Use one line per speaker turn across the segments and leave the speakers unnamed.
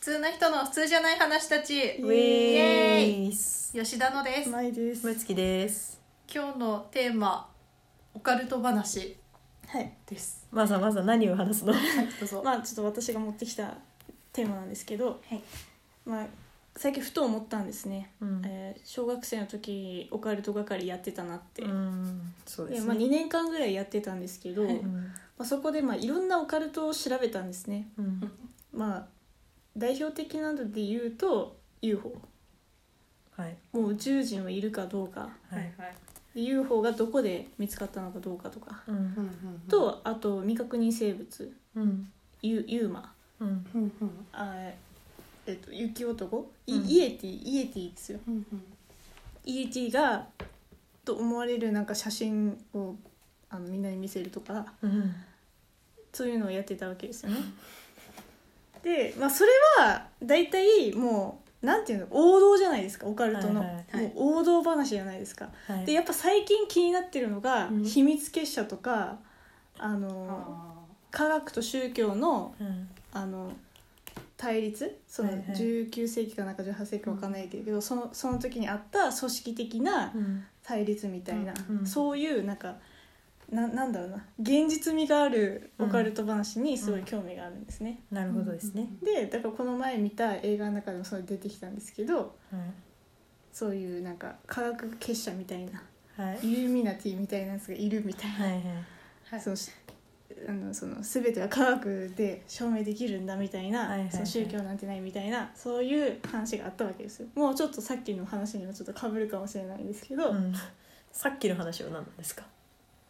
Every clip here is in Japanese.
通な人の普通じゃない話たち
イ
イ
エ
エーイ
ーイ
吉田のです
ないです
むつきです
今日のテーマオカルト話
はい
です
まずはまずは何を話すの
はいどうぞ
まあちょっと私が持ってきたテーマなんですけど、
はい
まあ最近ふと思ったんですね、
うん
えー小学生の時オカルト係やってたなって、
うんそうで
ですまあ、
ね
2年間ぐらいやってたんですけど、
はい
まあ、そこでまあいろんなオカルトを調べたんですね
うんうん
まあ代表的なので言うと UFO
はい
もう宇宙人はいるかどうか
はい
はい
で UFO がどこで見つかったのかどうかとか、
うん
と
とあと未確認生物
うん
ユユーマ
うん
あーえっと雪男、い
うん
イエティイエティですよイエティがと思われるなんか写真をあのみんなに見せるとか
うん
そういうのをやってたわけですよね。 で、まあ、それは大体もうなんていうの王道じゃないですかオカルトの、
はい
はい
もう王道話じゃないですか。
はい
でやっぱ最近気になってるのが、
うん
秘密結社とかあ
あ
の科学と宗教の
うん
あの対立その
はいはい
19世紀かなんか18世紀か分かんないけど、そのその時にあった組織的な
うん
対立みたいな、
うんうん
そういうなんかななんだろうな現実味があるオカルト話にすごい興味があるんですね。
なるほどですね
でだからこの前見た映画の中でもそれ出てきたんですけど
はい
そういうなんか科学結社みたいな
はい
イルミナティみたいなやつがいるみたいな、
はいはい
はい
そのしあのその全ては科学で証明できるんだみたいな、
はいはいはい
その宗教なんてないみたいなそういう話があったわけですよもうちょっとさっきの話にもちょっとかぶるかもしれないんですけど、
うんさっきの話は何なんですか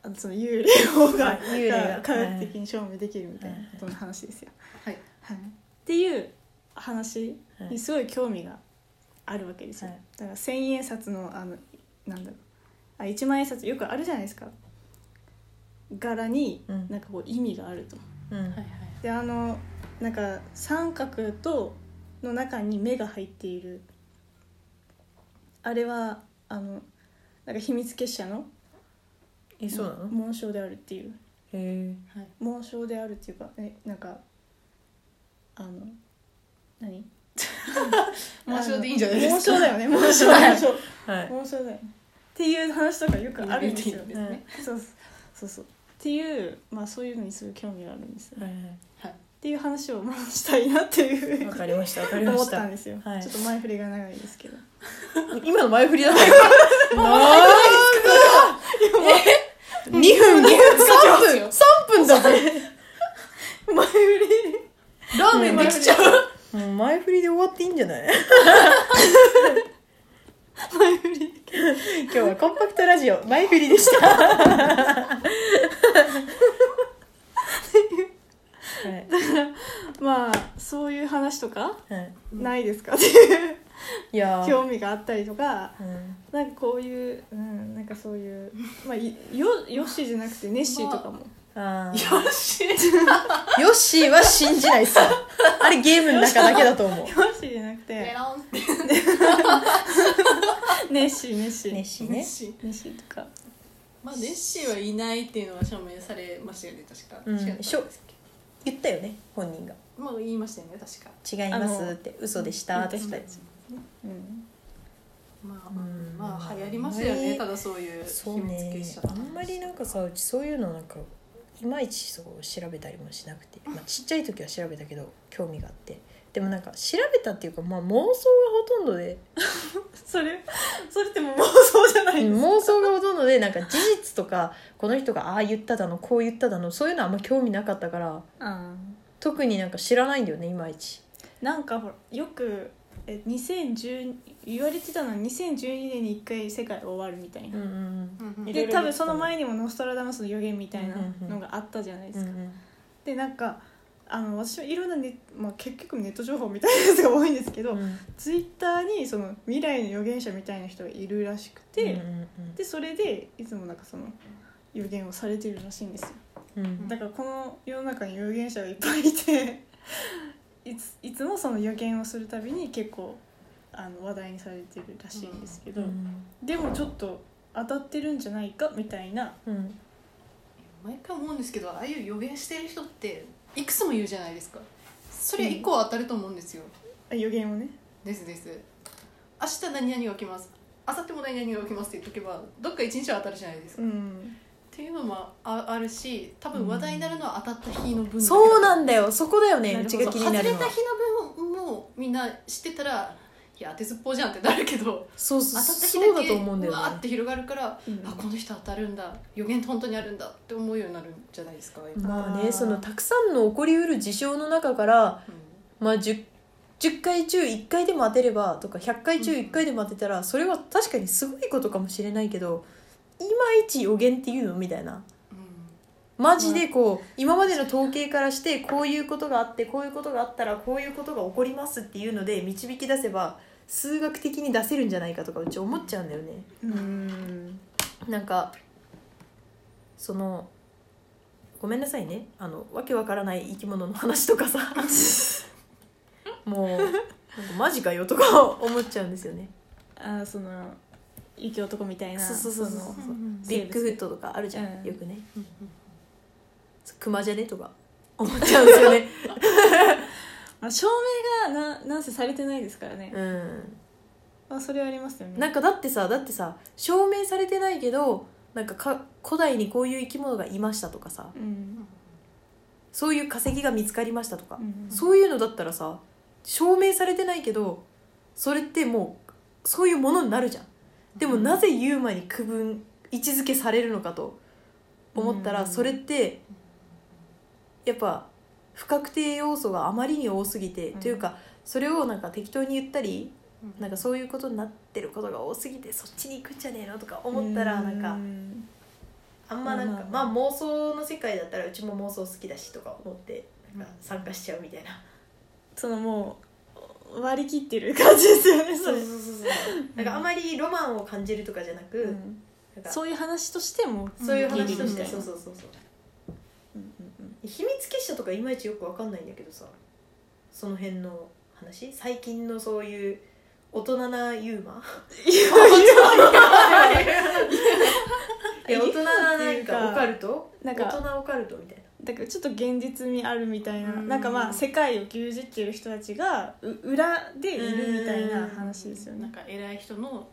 あのその幽霊法
あ
が
幽霊が
科学的に証明できるみたいなことの話ですよ。
はい
はい、っていう話
はい
にすごい興味があるわけですよ。
はい
だから千円札のあのなんだろうあ一万円札よくあるじゃないですか柄に
うん
なんかこう意味があると。
うん
はい
であのなんか三角との中に目が入っているあれはあのなんか秘密結社の
えそうなの
紋章であるっていう
へ
はいはい
紋章であるっていうかえなんかあの何
紋章でいいんじゃないですか
紋章だよね紋章紋 章
えはい
紋章だよねっていう話とかよくあるんですよ
で
ですす
ね
ね
そうそうそうっていうまあそういうのにすごい興味があるんですよ、
はい
っていう話をまあしたいなって
はい
いう
わかりましたわかりま
思っ
した
ん
た
ですよ、
はい
ちょっと前振りが長いですけど
今の前振りだったよなんだ2分2分3分3分だぜ
前振
ラーメンできちゃう
もう前振りで終わっていいんじゃない前振り今日はコンパクトラジオ前振りでしたはい
りまあそういう話とか
はい
うん
ないです かっていう
いやー
興味があったりとか
うん
なんかこういう、うん、なんかそういう、まあ、いよヨッシーじゃなくてネッシーと かも、
あ
よ
ー
し
ヨッシーは信じないっすよあれゲームの中だけだと思う
ヨッシーじゃなく
メ
て
ロンって
ネッシーネッシー
ネッシーね
ネッシーとか
まあネッシーはいないっていうのは証明されましたよね確か
うん
違った
しょ言ったよね本人が
まあ言いましたよね確か
違いますって嘘でしたって言ったやつ
うん
まあ、
うん
まあ流行りますよね、
ね
ただそういう
そう
秘密
ね
結社
あんまりなんかさうちそういうのなんかいまいちそう調べたりもしなく て、まあ、ちっちゃい時は調べたけど興味があってでもなんか調べたっていうか、まあ、妄想がほとんどで
それそれってもう妄想じゃない、
妄想がほとんどでなんか事実とかこの人がああ言っただのこう言っただのそういうのあんま興味なかったから
あ
特になんか知らないんだよねいまいち。
なんかほらよくえ2010言われてたのは2012年に一回世界が終わるみたいな、
うんうん
うんうん
いろいろ
で多分その前にも「ノストラダムスの予言」みたいなのがあったじゃないです
う
か、
んうん
でなんかあの私はいろんなネ、まあ、結局ネット情報みたいなやつが多いんですけど、
うん
ツイッターにその未来の予言者みたいな人がいるらしくて、
うんうん
でそれでいつもなんかその予言をされてるらしいんですよ
うんうん
だからこの世の中に予言者がいっぱいいて いついつもその予言をするたびに結構あの話題にされてるらしいんですけど、でもちょっと当たってるんじゃないかみたいな
うん
毎回思うんですけどああいう予言してる人っていくつもいるじゃないですかそれ以降当たると思うんですよ
あ予言をね
ですです明日何々が起きます明後日も何々が起きますって言っとけばどっか一日は当たるじゃないですか、
う
っ
ん
ていうのもああるし多分話題になるのは当たった日の分だけ
そうなんだよそこだよね
な
う
るほ
ち
ど
が気になるの
外れ
は
た日の分もみんな知ってたらいや当てずっぽうじゃんってなるけど
そう
当た
そう
った日
そう
だ
だ
け
と思うんだよ
わー
ね
って広がるから、
うん
あこの人当たるんだ予言って本当にあるんだって思うようになるんじゃないですか今、うん
まあ
あ
ね
ー
そのたくさんの起こりうる事象の中から、まあ、10, 10回中1回でも当てればとか100回中1回でも当てたら、それは確かにすごいことかもしれないけどいまいち予言っていうのみたいなマジでこう今までの統計からしてこういうことがあってこういうことがあったらこういうことが起こりますっていうので導き出せば数学的に出せるんじゃないかとかうち思っちゃうんだよね。
うん
なんかそのごめんなさいねあのわけわからない生き物の話とか さもうなんかマジかよとか思っちゃうんですよね。
あその生き男みたいな
そうそうそうそう
の
うんうん
ビッグフットとかあるじゃん、
うん
よくね
うん
クマじゃねとか思っちゃうんですよ ね。
まあ、証明がななんせされてないですからね、
うん
まあ、それはありますよね
なんかだってさだってさ証明されてないけどなんかか古代にこういう生き物がいましたとかさ
うん
そういう化石が見つかりましたとか
う、ん
そういうのだったらさ証明されてないけどそれってもうそういうものになるじゃんでもなぜユーマに区分位置づけされるのかと思ったら、
うん
それってやっぱ不確定要素があまりに多すぎて、
うん
というかそれをなんか適当に言ったり
うん
なんかそういうことになってることが多すぎてそっちに行くんじゃねえのとか思ったらなんか
うん
あんまなん
ま
か
あま
ま
あ
あ妄想の世界だったらうちも妄想好きだしとか思ってなんか
うん
参加しちゃうみたいな
そのもう割り切ってる感じですよねそ
そう
れ
そうそうそうなんかあまりロマンを感じるとかじゃなく
うん
なんかそ
そういう話としても
ういう話
う
と
ん
して
うん
そうそうそうそう
うんうん
秘密結社とかいまいちよくわかんないんだけどさその辺の話最近のそういう大人なユーマいや大人ななんかオカルト
なんか
大人オカルトみたいな
だからちょっと現実味あるみたいな、
うん
なんかまあ世界を牛耳ってる人たちがう裏でいるみたいな話ですよ
なん
ね。
か偉い人の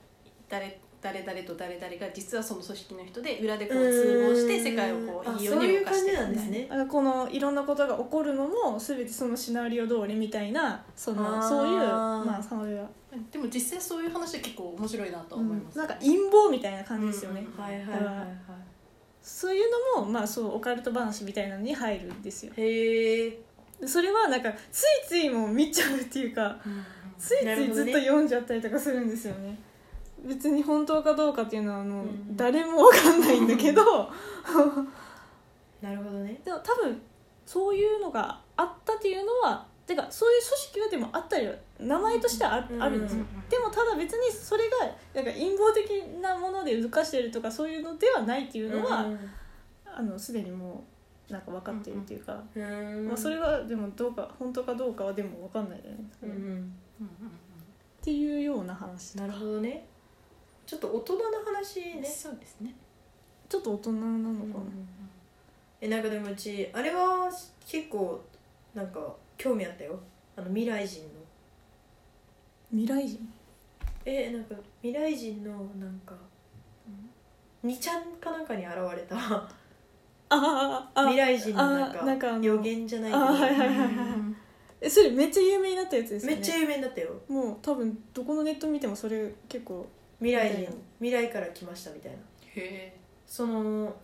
誰誰々と誰々が実はその組織の人で裏でこう通報して世界をこ
あ
ういいよ
そうう
に
いう
動かし
感
てる
じなんですね
だからこのいろんなことが起こるのも全てそのシナリオ通りみたいなその
あー
そういうまあそれは、
でも実際そういう話は結構面白いなと思います、
なんか陰謀みたいな感じですよね、
うんうん
はいはいはいは
そういうのもまあそうオカルト話みたいなのに入るんです
い
よ
へえ
でそれはなんかついついもう見ちゃうっていうか
うん
ついついずっと読んじゃったりとかするんですよね別に本当かどうかっていうのはもう
うん
誰もわかんないんだけど、
なるほどね
でも多分そういうのがあったっていうのはてかそういう組織はでもあったりは名前としてはあ,、
うん
あるんですよ
うん
でもただ別にそれがなんか陰謀的なもので動かしてるとかそういうのではないっていうのは、あのすでにもうなんか分かってるっていうか、
うん
まあ、それはでもどうか本当かどうかはでも分かんないじゃないですか、
うんう
っ
ん
うん
ていうような話
なるほどねちょっと大人の話
うんうん
ね
そうですね、
ちょっと大人なのかな、
えなんかでもうちあれは結構なんか興味あったよあの未来人の
未来人
えなんか未来人のなんか2ちゃんかなんかに現れた
あああ
未来人のなん
あなんかあ
か
の
予言じゃないけ
あはいはい
ど
はいはいえそれめっちゃ有名になったやつですよ
め
ね
っちゃ有名だったよ
もう多分どこのネット見てもそれ結構
未来人
うん
未来から来ましたみたいな
へえ
その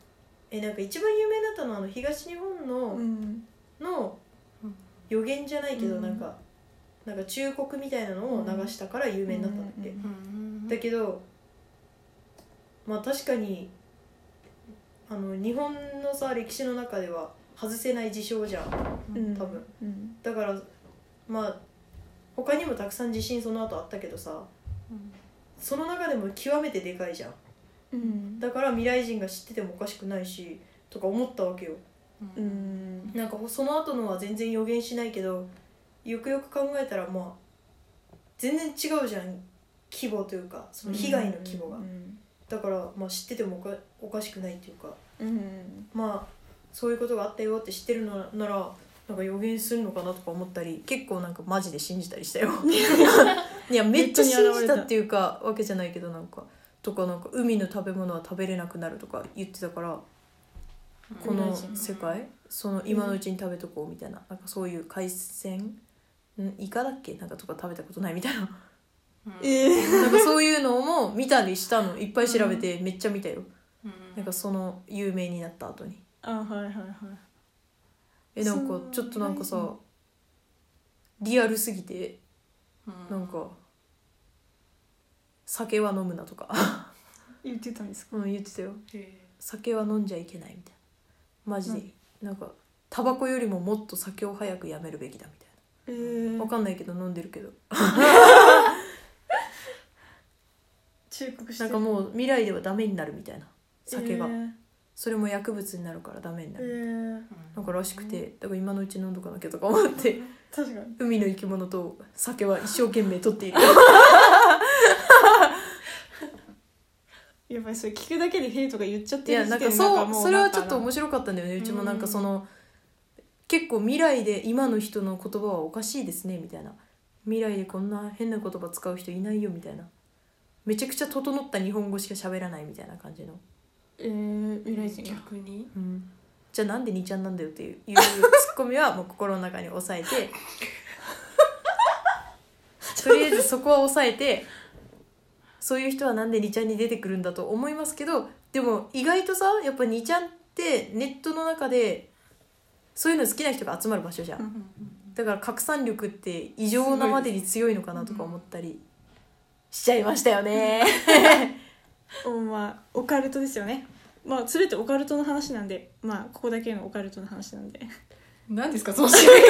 えなんか一番有名だったのはあの東日本の、
うん
の
うん
予言じゃないけど、
うん
なんかなんか忠告みたいなのを流したから有名になったんだっけ、
うんうん
だけどまあ確かにあの日本のさ歴史の中では外せない事象じゃん
うん
多分
うん
だからまあ他にもたくさん地震その後あったけどさその中でも極めてでかいじゃん
うん
だから未来人が知っててもおかしくないしとか思ったわけよ
う
う
ん
ん
なんかその後のは全然予言しないけどよくよく考えたらまあ全然違うじゃん規模というかその被害の規模が、
うん
だから、まあ、知っててもおかおかしくないというか
うん
まあそういうことがあったよって知ってるのならなんか予言するのかなとか思ったり結構なんかマジで信じたりしたよ いやめっちゃ信じたっていうかわけじゃないけどなんかとかなんか海の食べ物は食べれなくなるとか言ってたからこの世界その今のうちに食べとこうみたいななんかそういう海鮮んイカだっけなんかとか食べたことないみたい な
うん
ええなんかそういうのも見たりしたのいっぱい調べてめっちゃ見たよ
うん
なんかその有名になった後に
あはいはいはい
えなん
そ
か
う
ちょっとなんか
は
さリアルすぎて
うん
なんか酒は飲むなとか、
言ってたんです か
うん、言ってたよ
へ
酒は飲んじゃいけないみたいなマジで、なんかタバコよりももっと酒を早くやめるべきだみたい
え
な
ー
わ、かんないけど飲んでるけど
忠告して
なんかもう未来ではダメになるみたいな酒が、
えー
それも薬物になるからダメにな
え
る、
ー
え
なんからしくてだから今のうち飲んどかなきゃとか思って
確かに
海の生き物と酒は一生懸命取って いる
やっぱりそれ聞くだけでヘイとか言っちゃっ
い
て
や
る
な
時
んか
点で
そ
なん
う
も
それはちょっと
なんか
面白かったんだよねうちも
うん
なんかその結構未来で今の人の言葉はおかしいですねみたいな未来でこんな変な言葉使う人いないよみたいなめちゃくちゃ整った日本語しか喋らないみたいな感じの、
えー、未来人が
逆に
じゃあなんで兄ちゃんなんだよっていういうツッコミはもう心の中に抑えてとりあえずそこは抑えてそういう人はなんで2ちゃんに出てくるんだと思いますけどでも意外とさやっぱ2ちゃんってネットの中でそういうの好きな人が集まる場所じゃんだから拡散力って異常なまでに強いのかなとか思ったりしちゃいましたよね
おまあオカルトですよねまあ全てオカルトの話なんでまあここだけのオカルトの話なんで
何ですかその締め